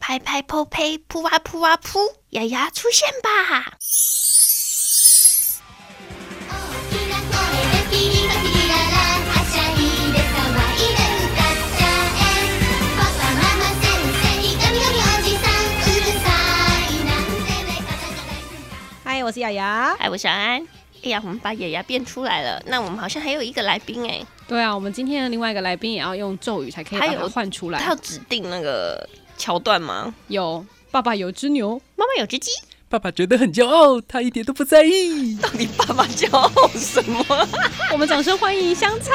拍拍扑呸，扑啊扑啊扑，丫丫出现吧！大きな声でキリカキララはしゃいで騒いで歌っちゃえパパママ先生神々おじさんうるさいなんてねカタカタ言うんだ嗨，我是雅雅。哎，我是安安。哎呀，我们把雅雅变出来了。那我们好像还有一个来宾哎，对啊，我们今天的另外一个来宾也要用咒语才可以把还有它换出来。他要指定那个桥段吗？有爸爸有只牛，妈妈有只鸡，爸爸觉得很骄傲，他一点都不在意。到底爸爸骄傲什么？我们掌声欢迎香菜。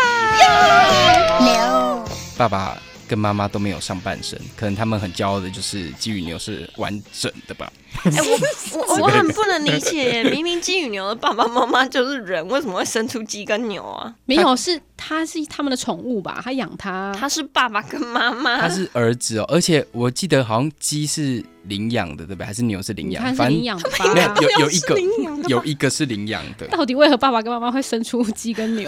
爸爸跟妈妈都没有上半身，可能他们很骄傲的就是鸡与牛是完整的吧。 哎、我我我很不能理 解耶，明明鸡与牛的爸爸妈妈就是人，为什么会生出鸡跟牛啊？没有，是它是他们的宠物吧？他养它，他是爸爸跟妈妈啊他，是儿子哦，而且我记得好像鸡是领养的，对不对？还是牛是领你养？看嗯是反领正养的没吧有？有有一个是领养的吧有一个是领养 的，到底为何爸爸跟妈妈会生出鸡跟 牛？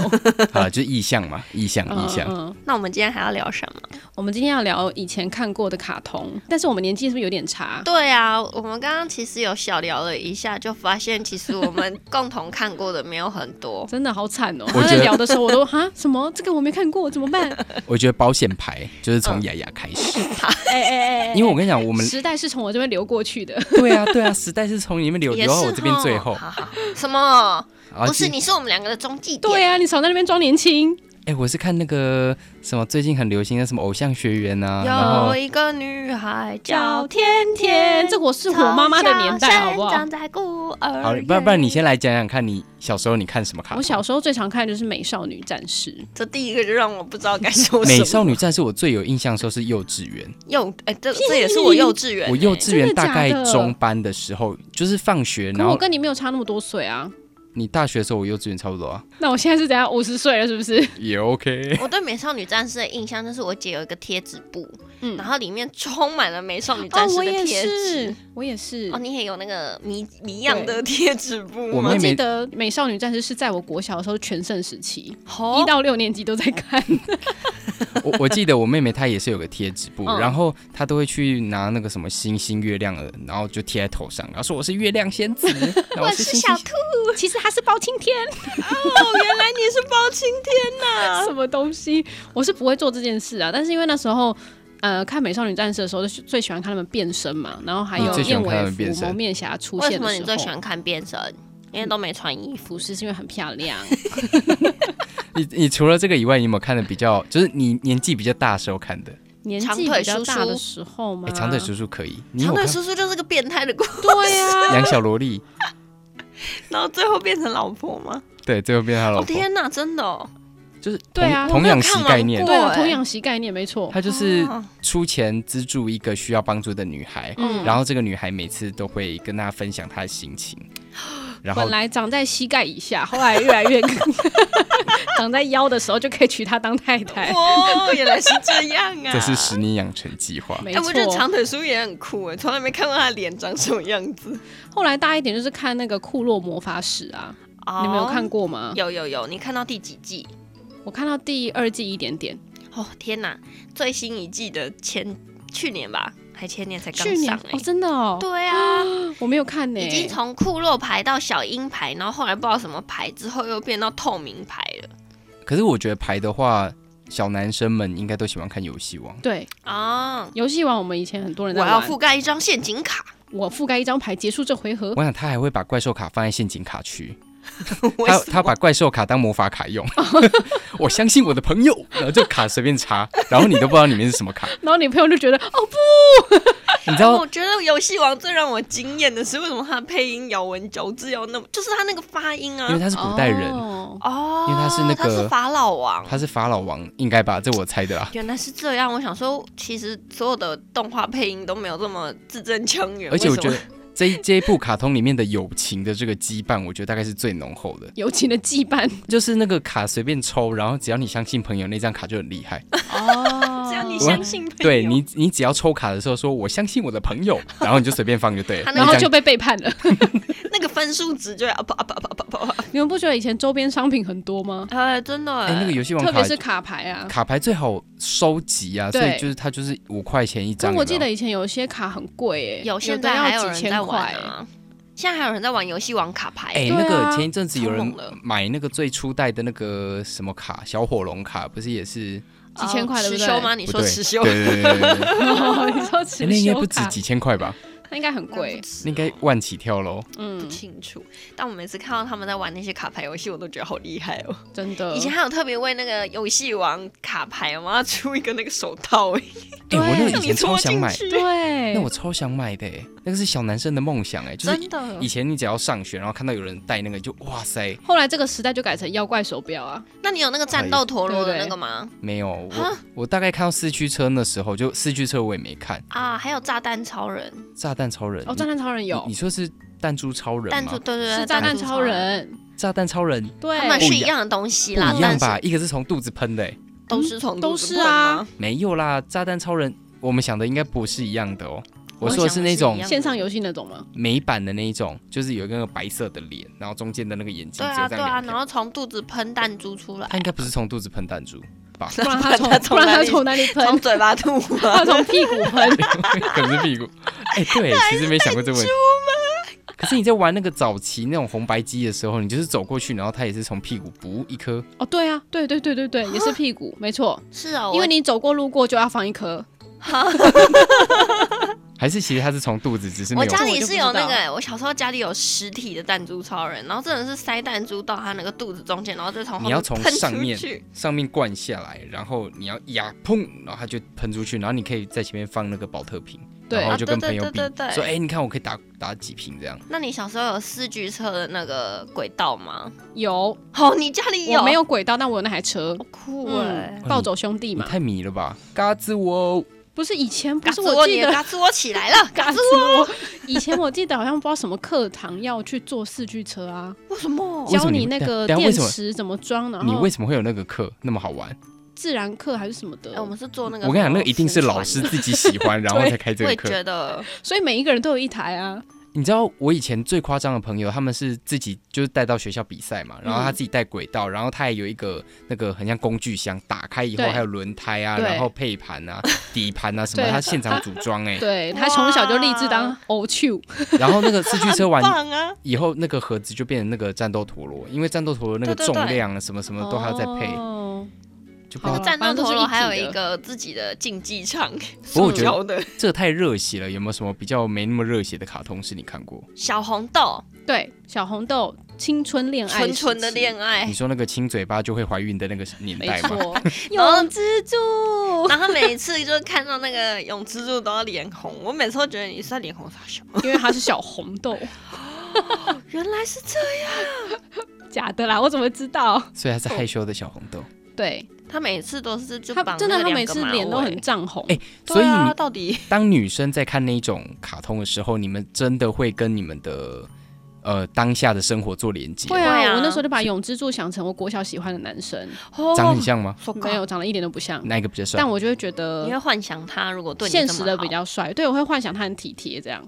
啊，就是意象嘛，意象意象。嗯，那我们今天还要聊什么？我们今天要聊以前看过的卡通，但是我们年纪是不是有点差？对啊，我们刚刚其实有小聊了一下，就发现其实我们共同看过的没有很多。真的好惨哦！他我觉在得聊的时候，我都 哈什么这个我没看过，怎么办？我觉得保险牌就是从雅雅开始，嗯 哎哎哎哎，因为我跟你讲，我们时代是从我这边流过去的。对啊对啊，时代是从你们流也流是到我这边最齁后。好好什么？啊不是，鸡你是我们两个的中继点。对啊，你少在那边装年轻。哎，我是看那个什么最近很流行的什么偶像学员啊，然有后一个女孩叫叫天天，这我是我妈妈的年代，好不从小好生？长在孤儿好，院不然不然你先来讲讲看你小时候你看什么卡通？我小时候最常看的就是《美少女战士》，这第一个就让我不知道该说什么。美少女战士我最有印象的时候是幼稚园，幼，哎、这这也是我幼稚园、 我幼稚园真的假大概的中班的时候，就是放学，可然我后跟你没有差那么多岁啊。你大学的时候我幼稚园差不多啊，那我现在是怎样五十岁了，是不是？也 OK。我对美少女战士的印象就是我姐有一个贴纸布，嗯哦然后里面充满了美少女战士我的也贴纸是。，我也是。哦，你也有那个谜谜样的贴纸布我吗我妹？妹记得《美少女战士》是在我国小的时候全盛时期，好一到六年级都在看。我我记得我妹妹她也是有个贴纸布，嗯然后她都会去拿那个什么星星、月亮的，然后就贴在头上，然后说我是月亮仙 子，然我后我是是 星小星。兔其实它是包青天，啊哦，原来你是包青天呐、什么东西？我是不会做这件事啊，但是因为那时候。呃，看《美少女战士》的时候，就是最喜欢看他们变身嘛，然后还有你嗯最喜燕欢看他尾们变服、身蒙面侠 出为现的时什么候，你最喜欢看变身？因为都没穿衣服。服饰是因为很漂 亮。你你除了这个以外，你有没有看的比较，就是你年纪比较大的时候看的？年长纪腿比较叔大的叔时候吗？哎、长腿叔叔可以，你长有腿看叔叔就是个变态的故事， 对啊呀、养小萝莉？ 然后最后变成老婆吗？对，最后变成她老哦婆，天哪，真的哦！就是同对啊我童没有养看媳完概念过。对啊，欸童养媳概念没错。她就是哦出钱资助一个需要帮助的女孩，嗯然后这个女孩每次都会跟她分享她的 心情，然后本来长在膝盖以下，后来越来越 长在腰的时候，就可以娶她当太太。哦， 原来是这样 啊！这是十年养成计划。没哎、错我觉，得长腿叔也很酷哎，从来没看过他的脸长什么样子。后来大一点就是看那个《库洛魔法使》啊， 你们有看过吗？哦有有有，你看到第几季？我看到第二季一点点，哦天哪，最新一季的前去年吧，还前年才刚去年上哎、哦，真的哦，对啊，我没有看呢、已经从库洛牌到小鹰牌，然后后来不知道什么牌，之后又变到透明牌了。可是我觉得牌的话，小男生们应该都喜欢看游戏王。嗯对 啊！游戏王，我们以前很多人我在要玩覆，盖一张陷阱 卡，我覆盖一张牌结束这回合。我想他还会把怪兽卡放在陷阱卡区，为他什么他把怪兽卡当魔法 卡用。 我相信我的朋友，然后就卡随便插，然后你都不知道里面是什么卡。然后你朋友就觉得哦不，你知道我觉得游戏王最让我惊艳的是，为什么他的配音咬文嚼字要那么，就是他那个发音啊因为，他是古代人，哦哦，因为他是那个他是法老王，他是法老王，应该吧？这我猜的啊啦。原来是这样，我想说，其实所有的动画配音都没有这么字正腔圆。而且我觉为得什么这一这一部卡通里面的友情的这个羁绊，我觉得大概是最浓厚的。友情的羁绊就是那个卡随便抽，然后只要你相信朋友，那张卡就很厉害。哦只要你相信朋友对你，你只要抽卡的时候说“我相信我的朋友”，然后你就随便放就对了 他，那然你啊后这样就被背叛了。那个分数值就会 up up up up up up。 你们不觉得以前周边商品很多吗？哎，真的哎，哎、那个游戏王特卡别是卡牌啊。卡牌最好收集啊，所对以就是它就是五块钱一但张。我有没记有得以前有一些卡很贵诶、有现的在还要有几人千在玩块、啊，现在还有人在玩游戏王卡牌。哎、对啊那个前一阵子有超人猛了买那个最初代的那个什么卡，小火龙卡，不是也是？几千块哦对不持对修吗？你不说对，持修？对对对对对对哦 你 说哎持那应该修不止卡，几千块吧？那应该很贵贵。，那应该万起跳喽。不嗯，清楚。但我每次看到他们在玩那些卡牌游戏，我都觉得好厉害哦。真的。嗯以前还有特别为那个游戏王卡牌，我们要 出一个那个手套，哎，哎、对我那个让你以前超戳想进买，去。 对，那我超想买的、哎，那个是小男生的梦想哎、就是真的以。前你只要上学，然后看到有人戴那个，就哇塞，后来这个时代就改成妖怪手表啊，那你有那个战斗陀螺的那个吗？没有我我大概看到四驱车那时候，就四驱车我也没看，啊，还有炸弹超人，炸弹超人哦，炸弹超人你有你，说是弹珠超人弹珠吗？对对啊对，是炸弹超，人，炸弹超人对他，们是不一一样的东西不啦，一样但吧？是一个是从肚子喷的、哎，都是从都肚子是喷吗啊，没有啦，炸弹超人我们想的应该不是一样的哦。我说的是我想的那是一种样线上游戏那 种吗？美版的那一种，就是有一个白色的脸，然后中间的那个眼睛对只有啊这对样啊，两然条。后从肚子喷弹珠出来他，应该不是从肚子喷弹珠 吧？不然他从他从不然哪他里从哪里 从喷？嘴巴吐 他啊， 从屁股喷。可能是屁股。哎、对，其实没想过这个问题。可是你在玩那个早期那种红白机的时候，你就是走过去，然后它也是从屁股补一颗。哦，对啊，对对对对对，也是屁股，没错，是啊，因为你你走过路过就要放一颗。 还是其实它是从肚子，只是没我有家我里就不是知有那道个、我小时候家里有实体的弹珠超人，然后真的是塞弹珠到他那个肚子中间，然后就从后你要面从喷上出面去上面灌下来，然后你要压砰，然后它就喷出去，然后你可以在前面放那个保特瓶，对然后啊就对跟朋友对比对对对说，哎、你看我可以打打几瓶这样。那你小时候有四驱车的那个轨道吗？有，哦，你家里有？我没，有轨道，但我有那台车好。酷哎、嗯，暴走兄弟你嘛，太迷了吧，嘎吱窝！不是以前，不嘎是吱窝，我记你的得。嘎吱窝起来 了，嘎嘎吱吱窝。窝，以前我记得好像不知道什么课堂要去坐四驱车啊，为什么？哦为什教么你你那个等一下为电什么池怎么装，然你后为什么会有那个课那么好玩？自然课还是什么哎、的。我们是做那个，我跟你讲，那个一定是老师。自己喜 欢，然后才开这我个也课。觉得，所以每一个人都有一台啊。你知道我以前最夸张的朋友，他们是自己就是带到学校比赛嘛，嗯然后他自己带轨道，然后他也有一个那个很像工具箱，打开以后对还有轮胎啊，对然后配 盘啊、底盘啊什么，对他现场组装 哎、对他从小就立志当偶 q 然后那个四驱 车完棒啊！哦以后，那个盒子就变成那个战斗陀螺，因为战斗陀螺那个对对对重量啊什么什么都还要再配，哦就不那知个道战斗陀螺还有反正都是一体的一个自己的竞技场，过我塑觉得胶的这个太热血了，有没有什么比较没那么热血的卡通是你看过？小红豆，对，小红豆青春恋爱，纯纯的，恋你爱。说那个亲嘴巴就会怀孕的那个年哎没代吗？ 错，然后蜘蛛， 然后每次就是看到那个永之助都要脸红，我每次都觉得你是在脸红啥笑。因为它是小红豆， 原来是这，假的啦，我怎么知道？所以他哦是害羞的小红豆。对他每次都是就他绑真的，那他两每个次马脸都尾很涨红。哎所对以你啊、到 底当女生在看那种卡通的时候，你们真的会跟你们的呃当下的生活做连接，会会啊啊，我那时候就把永之助想成我国小喜欢的男生，长很像吗？哦没有长得一点都不像，哪一个比较帅但？我就会觉你得会幻想他如果对你现这么实的比好较帅，对我会幻想他很体贴，这样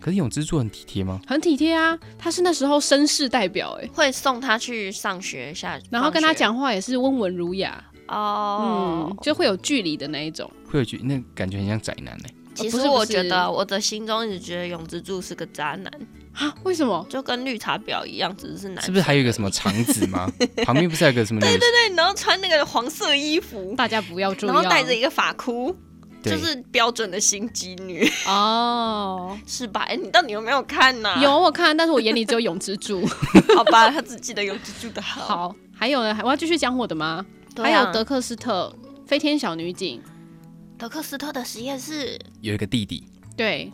可是永之助很体贴吗？很体贴啊。他是那时候绅士代表哎、会送他去上学下，然后跟他放学讲话也是温文儒雅，哦嗯，。就会有距离的那一种。会有觉那感觉很像宅男呢、欸其呃不实是不我觉是得我的心中一直觉得永之助是个渣男，啊？为什么？就跟绿茶婊一样，只是男。是不是还有一个什么？长子 吗？旁边不是还有个什么女？对对对，然后穿那个黄色衣服，大家不要注意、然哦，后戴着一个发箍，就是标准的心机女，哦，是吧？哎，你到底有没有看呐？有，我看，但是我眼里只有永 之助。好吧，他只记得永之助的好。好，还有呢？还我要继续讲我的吗？对啊还有德克斯特飞天小女警，德克斯特的实验室，有一个弟弟。对，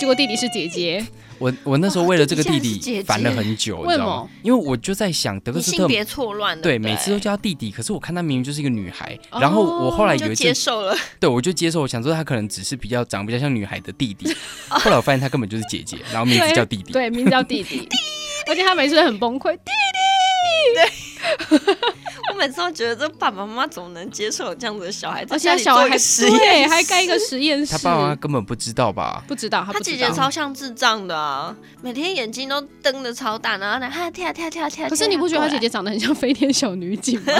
结果弟弟是姐姐，我我那时候为了这个弟弟弟啊竟然是姐姐弟烦了很久，你为知什么道吗？因为我就在想德克你斯性特，别错乱，对，不每次都叫他弟弟，可是我看他明明就是一个女孩，哦然后我后来有就一接次，受了。对我就接受，我想说他可能只是比较长比较像女孩的弟弟，后来我发现他根本就是姐姐，然后 名字对叫弟弟，对，名字叫弟弟，而且他每次都很崩溃，弟 我每次都觉得这爸爸妈妈怎么能接受有这样子的小孩？而哦在家且里小做孩一个还实验对，室还盖一个实验室，他爸妈根本不知道吧？不知道，他他不姐知姐道。超像智障的啊，每天眼睛都瞪得超大，然后呢，啊跳跳跳跳。可是你不觉得他姐姐姐长得很像飞天小女警 吗？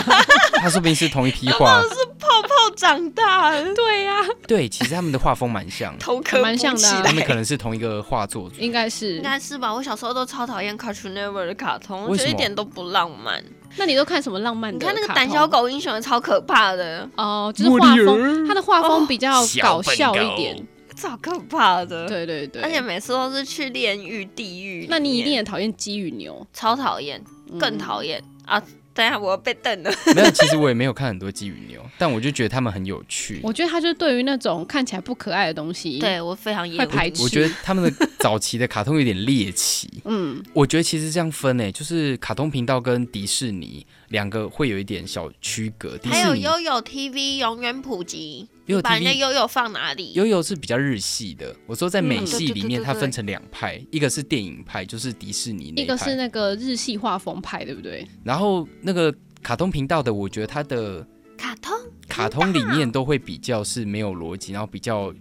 他说不定是同一批画。泡长大了，对呀、对，其实他们的画风蛮像， 头壳蛮像的啊补起他来们可能是同一个画作组。 应该 是应。该是吧？我小时候都超讨厌 Cartoon Network 的卡通，我为觉得什一么点都不浪漫。那你都看什么浪漫你的看卡那通？个胆小狗英雄也超可怕的，哦，就是画莫风，他的画哦风比较搞笑一小点。超可怕的。，对对对，而且每次都是去炼狱、地狱里面。那你一定也讨厌鸡与牛，超讨厌，嗯更讨厌、啊！等一下我要被瞪了。没有，其实我也没有看很多鸡与牛，但我就觉得他们很有趣。我觉得他就是对于那种看起来不可爱的东西，，对我非常厌会恶。排斥。我觉得他们的早期的卡通有点猎奇。嗯，我觉得其实这样分诶，就是卡通频道跟迪士尼两个会有一点小区隔。迪还士有尼悠悠 TV 永远普及，悠悠你把人家 TV 悠悠放哪里？悠悠是比较日系的，我说在美嗯系对里对面，对它对分成两派，一个是电影派，就是迪士尼那一个派是那个日系画风派，对不对？然后那个卡通频道的，我觉得它的卡通卡通里面都会比较是没有逻辑，然后比较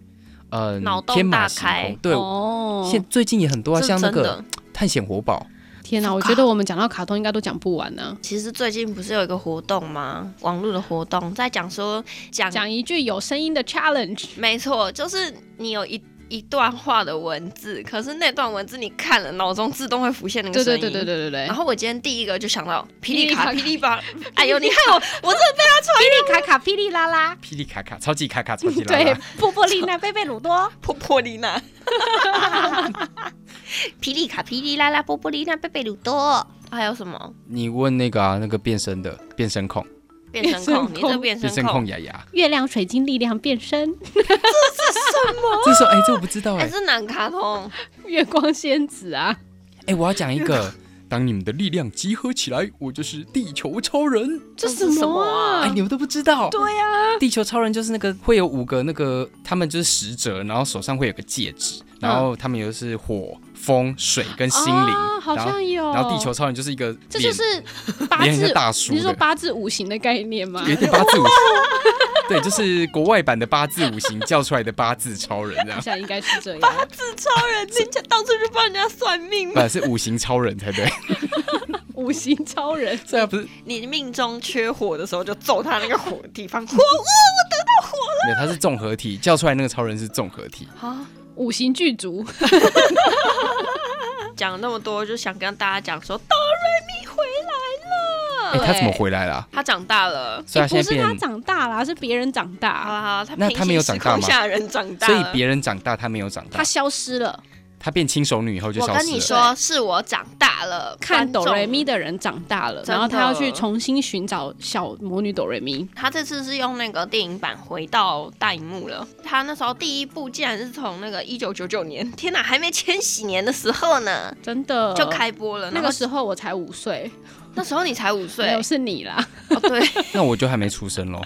嗯、脑洞天马大行开空。对，哦，现最近也很多啊，这像那真个的。探险活宝，天哪，我觉得我们讲到卡通应该都讲不完呢、其实最近不是有一个活动吗？网络的活动在讲说讲，讲一句有声音的 challenge，没错，就是你有一一段话的文字，可是那段文字你看了，脑中自动会浮现那个对声对音。对对对对对然，后我今天第一个就想到哎霹雳卡霹霹雳 吧，哎呦，你害 我，我这霹雳卡卡霹雳啦啦，霹雳卡卡，超级卡卡，超级拉对拉，，波波丽娜贝贝鲁多，波波丽娜， 霹雳卡霹雳啦啦波波丽娜贝贝鲁多，还有什么你问那个啊，那个变身的变身控，变声控？你这变变声身控控，雅雅，月亮水晶力量变身，这时候哎，这我不知道哎，哎，是男卡通，月光仙子啊，哎，我要讲一 个，当你们的力量集合起来，我就是地球超人。这什是么啊什么哎，啊？你们都不知道，对呀、地球超人就是那个会有五个那个，他们就是使者，然后手上会有个戒指，嗯然后他们又是火、风、水跟心灵，啊，好然后像有，然后地球超人就是一个脸，这就是八脸很字像大叔的你是说八字五行的概念吗 有？一点八字五行， 对，就是国外版的八字五行叫出来的八字超人好这 样，像应该是 这样。超人，人家到处去帮人家算命吗？不是五行超人才 对，五行超人，这样不是你命中缺火的时候就揍他那个火的地方，火没有，他是综合体，叫出来那个超人是综合体，啊！五行巨族，讲了那么多，就想跟大家讲说，哆瑞咪回来哎、了，他怎么回来啦？他长大了。所以他不现在是他变，长大啦，是别人长好大，了好了，他那他没有长大吗平行时空下的人长大所了，以别人长大，他没有长大他，消失了。他变轻熟女以后就我消失了。跟你说，是我长大了，看哆瑞咪的。的人长大了，真的然后他要去重新寻找小魔女哆瑞咪。他这次是用那个电影版回到大荧幕了。他那时候第一部竟然是从那个一九九九年，天哪，还没千禧年的时候呢真的，就开播了。呃那个时候，候我才五岁，那时候你才五没岁有，是你 啦。哦对，那我就还没出生喽。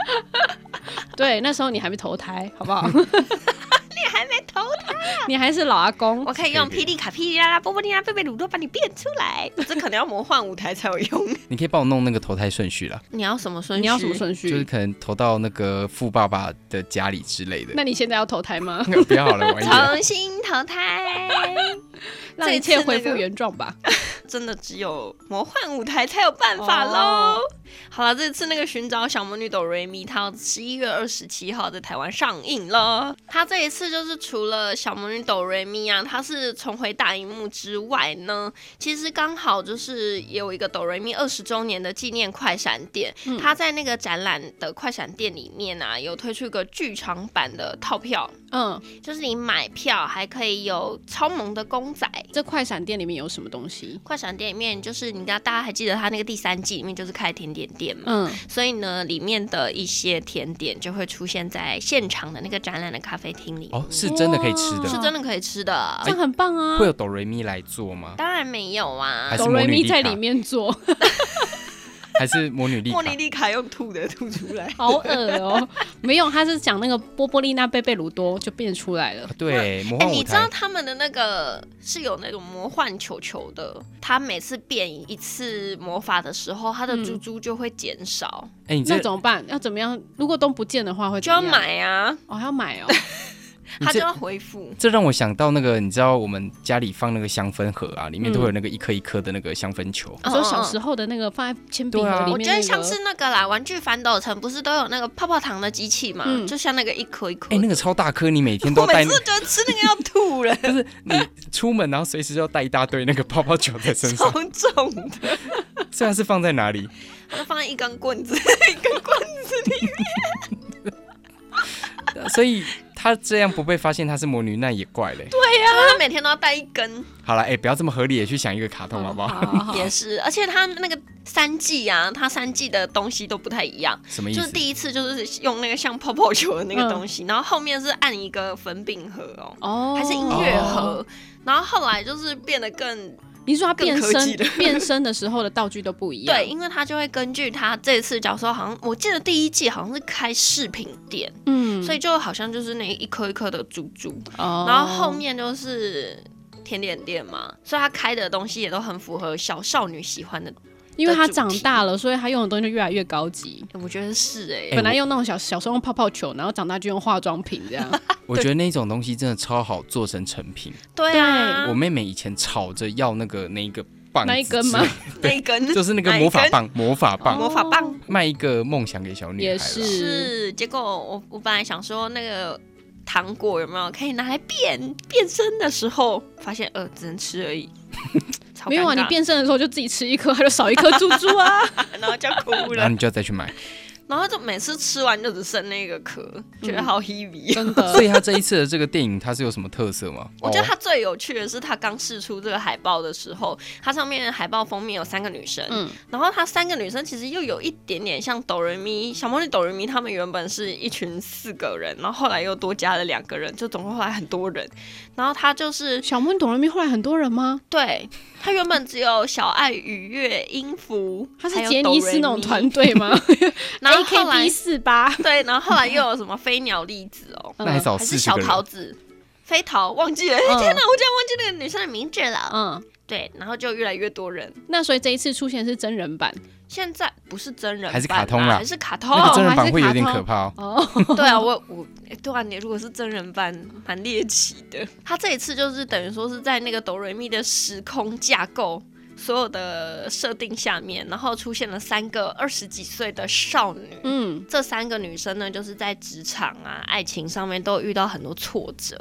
对，那时候你还没投胎，好不 好？你还没投胎。你还是老阿公我。可以用霹雳卡、霹雳啦啦、波波利啦、贝贝鲁多把你变出来。这可能要魔幻舞台才有 用。你可以帮我弄那个投胎顺序啦，你要什么顺序？你要什么顺就是序？可能投到那个富爸爸的家里之类的。那你现在要投胎 吗？不要好了，晚一点。重新投胎，让这一一切次那恢复个原状吧。真的只有魔幻舞台才有办法喽。好了，这次那个寻找小魔女哆瑞咪，它要十一月二十七号在台湾上映了。它这一次就是除了小魔女哆瑞咪啊，它是重回大荧幕之外呢，其实刚好就是有一个哆瑞咪二十周年的纪念快闪店，嗯它在那个展览的快闪店里面啊，有推出一个剧场版的套票，嗯，就是你买票还可以有超萌的公仔。这快闪店里面有什么东西？快闪店里面，就是你知道大家还记得他那个第三季里面就是开甜点店嘛，嗯，所以呢，里面的一些甜点就会出现在现场的那个展览的咖啡厅里面哦，是哦真的可以吃哇的，是真的可以吃的这，样很棒啊会！有哆瑞咪来做吗？当然没有啊还，是哆魔瑞女咪丽在卡里面做，还是魔女丽莫卡？妮丽卡用吐的吐出 来。好恶哦、没有，他是讲那个波波丽娜贝贝鲁多就变出来了啊。对，魔哎、幻你舞知道台。他们的那个是有那种魔幻球球的，他每次变一次魔法的时候，他的嗯珠珠就会减少，哎，你这那怎么办？要怎么样？如果都不见的话会就怎么要样买啊，哦，还要买哦。你他这就要回复。这让我想到那个，你知道我们家里放那个香氛盒啊，里面嗯都会有那个一颗一颗的那个香氛球。我说小时候的那个放在铅笔盒对啊里面、那个，我觉得像是那个啦，玩具反斗城不是都有那个泡泡糖的机器嘛，嗯就像那个一颗一颗。哎、那个超大颗，你每天都我要带每那，次觉得吃那个要吐 了，就是你出门然后随时要带一大堆那个泡泡球在身超上。重的，虽然是放在哪里，就放在一根棍子。 呃所以他这样不被发现他是魔女，那也怪嘞。对，啊他每天都要带一根，好了，哎、不要这么合理的去想一个卡哦通好不好？好好好也是，而且他那个三季啊，他三季的东西都不太一样。 什么意就思嗯是？第一次就是用那个像泡泡球的那个东西，然后后面是按一个粉饼盒哦，哦，还是音乐盒哦？，然后后来就是变得更你是说它更变科技身了变身的时候的道具都不一样？对，，因为它就会根据它这次，假如说好像我记得第一季好像是开饰品店，嗯，所以就好像就是那一颗一颗的珠珠，哦然后后面就是。甜点店嘛，所以它开的东西也都很符合小少女喜欢的，因为他的主长题大了，所以他用的东西就越来越高级。我觉得是哎、本来用那种小小时候用泡泡球，然后长大就用化妆品这样。我觉得那种东西真的超好做成成品。对啊，我妹妹以前吵着要那个那一个棒，那一根吗？ 那一根 就是那个魔法 棒，魔法棒，魔法哦棒，卖一个梦想给小女孩啦。也是是，结果我我本来想说那个糖果有没有可以拿来变变身的时候，发现呃只能吃 而已，超没有啊，尴尬你，变身的时候就自己吃一颗，他就少一颗珠珠 啊。然后就哭然后了，你就要再去 买。然后就每次吃完就只剩那个壳，嗯觉得好 heavy。 真的所，以他这一次的这个电影，它是有什么特色吗？我觉得哦它最有趣的是，它刚试出这个海报的时候，它上面海报封面有三个女生，嗯，然后她三个女生其实又有一点点像哆瑞咪小魔女哆瑞咪，她们原本是一群四个人，然后后来又多加了两个人，就总共后来很多人。然后她就是小莫，你懂人民后来很多人吗？对，她原本只有小爱、愉悦、音符，他是还有杰尼斯那种团哆队吗瑞咪， 然后后来？AKB 四八，对，然后后来又有什么飞鸟粒子哦，那还还少是四十小个人，桃子。飞桃忘记了， 天哪！嗯我竟然忘记那个女生的名字了。嗯，对，然后就越来越多人。那所以这一次出现是真人版现在不是真人版啦，还是卡通啦还是卡通。那个真人还版是会有点卡可通怕哦。哦，对啊，我我诶对啊，你如果是真人版，蛮猎奇的。他这一次就是等于说是在那个哆瑞咪的时空架构所有的设定下面，然后出现了三个二十几岁的少女。嗯，这三个女生呢，就是在职场啊、爱情上面都有遇到很多挫折。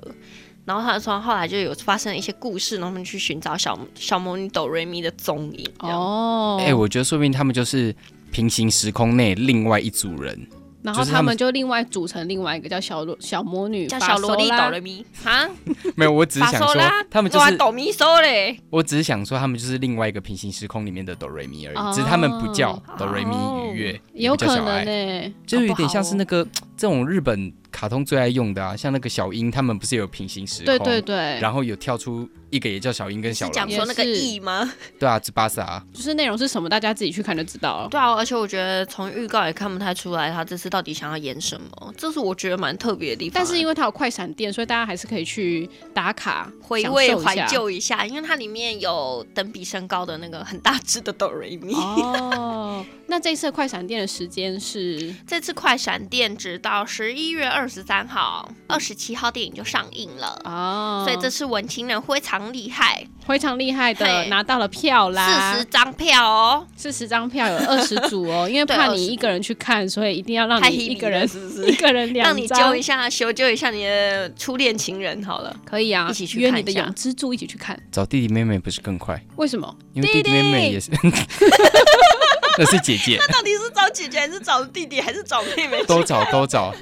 然后她说，后来就有发生一些故事，然后他们去寻找小小魔女哆瑞咪的踪影。哦，哦，哎、我觉得说不定他们就是平行时空内另外一组人，然就后是他他们们就另外组成另外一个叫小罗小魔女，叫小萝莉哆瑞咪啊，没有，我只是法想索说拉，他们就哇是，哆咪嗦嘞。我只是想说他们就是另外一个平行时空里面的哆瑞咪而已，哦只是他们不叫哆瑞咪哦愉悦，也有不叫可小能欸爱呢、就有好不点像好是那个这种日本卡通最爱用的啊，像那个小樱，他们不是有平行时空，对对对，然后有跳出一个也叫小樱跟小是讲狼，说那个也是 E 吗？对啊，芝巴萨，就是内容是什么，大家自己去看就知道了。 对啊，而且我觉得从预告也看不太出来他这次到底想要演什么，这是我觉得蛮特别的地方。但是因为为它有快闪店，所以大家还是可以去打卡回味享受一怀下旧一下，因为它里面有等比身高的那个很大只的哆瑞咪。哦， 那这一次的快闪店的时间是这次快闪店直到十一月二十三号、二十七号电影就上映了。哦，所以这次文青人非常厉害，非常厉害的嘿拿到了票啦，四十张票哦，四十张票有二十组 哦，因为对怕20你一个人去看，所以一定要让太你 hebe 一个了人是不一是？个人 让两你张揪一，下，修揪一下你的初恋情人好了。可以啊，一起去约看你的一下永之助一起去看，找弟弟妹妹不是更快？为什么？因为弟弟妹妹也是， 那是姐姐，到底是找姐姐还是找弟弟还是找妹妹？都找都找，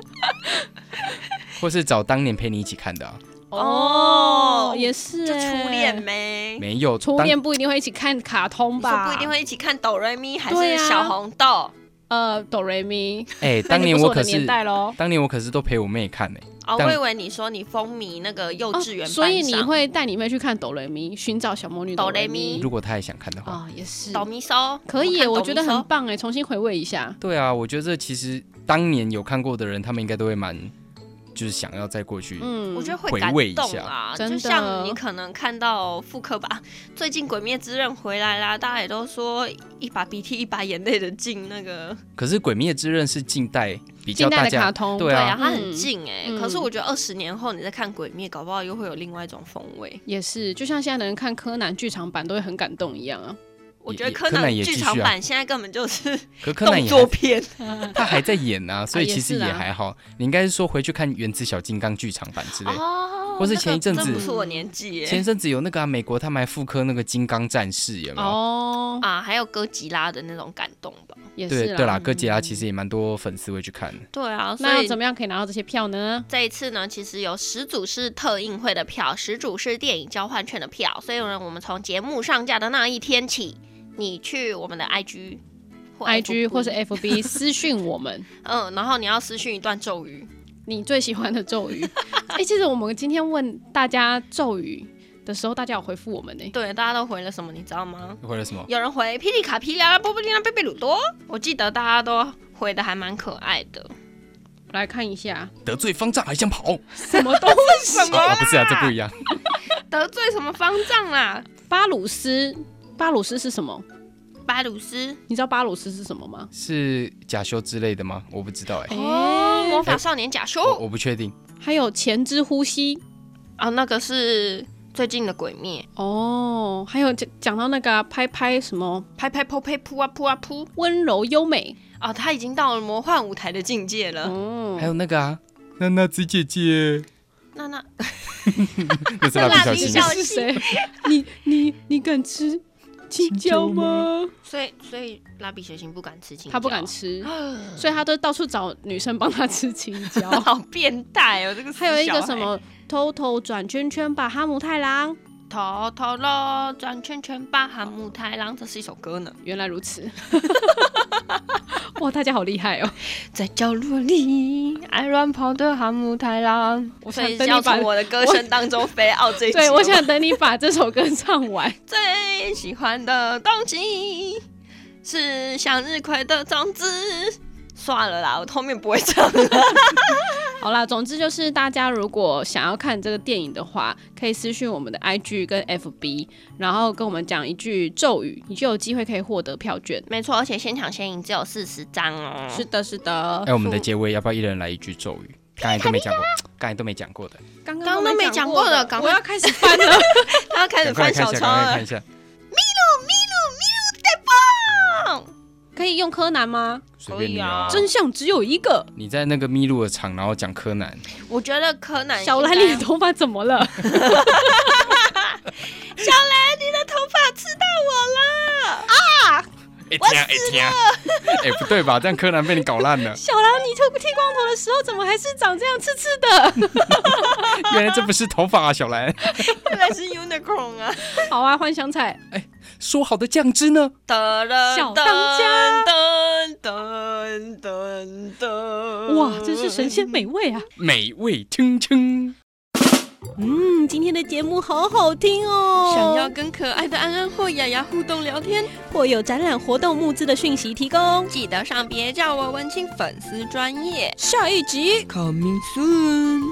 或是找当年陪你一起看的、啊，哦也 是就欸初恋呗。没有初当恋不一定会一起看卡通你说吧？不一定会一起看哆瑞咪还对是啊小红豆，呃哆瑞咪，哎、那当就年不我的可是年代喽。当年我可是都陪我妹看呢、哦，但我以为你说你风靡那个幼哦稚园、班所以你上会带你妹去看哆瑞咪，寻找小魔女哆哆瑞瑞咪咪如果她也想看的话，啊，也是哆咪嗦可以耶，看我哆觉咪得很嗦棒哎，重新回味一下。对啊，我觉得这其实当年有看过的人，他们应该都会蛮就是想要再过去。嗯，我觉得会回感味一动下啊，真就的像你可能看到妇科吧，最近《鬼灭之刃》回来啦，大家也都说一把鼻涕一把眼泪的进那个，可是《鬼灭之刃》是近代比较近代大的卡家通，对啊啊，它很嗯近哎、嗯可是我觉得二十年后你再看《鬼灭》，搞不好又会有另外一种风味。也是，就像现在的人看柯南剧场版都会很感动一样啊。我也觉得也柯柯南南也剧继场续啊版现在根本就是可柯南动也作还片，他还在演 啊，所以也其实是也啊还好。你应该是说回去看《原子小金刚》剧场版之类。哦或是那前一个阵真不子是我年纪耶、前一阵子有那个、啊、美国他们还复刻那个《金刚战士》，有没有？哦， 啊，还有哥吉拉的那种感动吧。也对是啊嗯对啦，哥吉拉其实也蛮多粉丝会去看的。对啊，所那以要怎么样可以拿到这些票呢？这一次呢，其实有十组是特映会的票，十组是电影交换券的票，所以呢，我们从节目上架的那一天起，你去我们的 IG 或 IG FB 或是 FB 私讯我们，嗯，然后你要私讯一段咒语，你最喜欢的咒语。 哎、其实我们今天问大家咒语的时候，大家有回复我们呢、对，大家都回了什么，你知道吗？或者什么？有人回霹雳卡皮拉拉波波利拉贝贝鲁多，我记得大家都回的还蛮可爱的。我来看一下，得罪方丈还想跑？什么都为 什哦，不是啊，这不 一样。得罪什么方丈啦？巴鲁斯，巴鲁斯是什么？巴鲁斯你知道巴鲁斯是什么吗？是假修之类的吗？我不知道哎、哦，魔哎法少年假修哦我我不确定。还有前肢呼吸啊，那个是最近的鬼灭，哦，还有讲讲到那个啊、拍拍什么拍拍扑呸扑啊扑啊扑。温柔优美，哦，他已经到了魔幻舞台的境界了。嗯还，有那个啊，娜娜子姐姐，那那那是蜡笔小蜡笔新小啊。新是谁？ 你你你敢吃青椒吗？所以所以蜡笔小新不敢吃青椒，。他不敢，吃，所以他都到处找女生帮他吃青椒 好变态哦！这个死还有一小个孩什么偷偷转圈圈吧，哈姆太郎。头头喽，转圈圈吧，哈姆太郎，这是一首歌呢。原来如此， 哇，大家好厉害哦！在角落里爱乱跑的哈姆太郎，我所想以等要你把从，我的歌声当中飞傲这一集对我 了想等你把这首歌唱完。最喜欢的东西是向日葵的种子。算了啦，我后面不会唱了。好啦，总之就是大家如果想要看这个电影的话，可以私讯我们的 IG 跟 FB，然后跟我们讲一句咒语，你就有机会可以获得票券。 没错，而且现场现赢只有四十张哦。是的，是哎、的，我们的结尾要不要一人来一句咒 语？刚才都没讲过，刚才都没讲过的，刚刚都没讲过的赶我快要开始翻了。他开始赶翻 快来看小一下，抄赶快来了看一。下。 可以用柯南吗？随便你可以啊。哦真相只有一个。你在那个麋鹿的场，然后讲柯南，我觉得柯南小兰，兰，你的头发怎么了？小兰，你的头发刺到我 了。哎、欸、听哎、欸、听， 哎、不对吧？这样柯南被你搞 烂 ，了小兰，你剃剃光头的时候怎么还是长这样刺刺 的？原来这不是头发啊，小兰。原来是 unicorn 啊！好啊，换香菜。说好的酱汁呢？哒啦小当家，噔噔噔噔哇，真是神仙美味啊！美味称称。嗯，今天的节目好好听哦。想要跟可爱的安安或雅雅互动聊天，或有展览活动募资的讯息提供。记得上别叫我文青粉丝专业。下一集 Coming soon。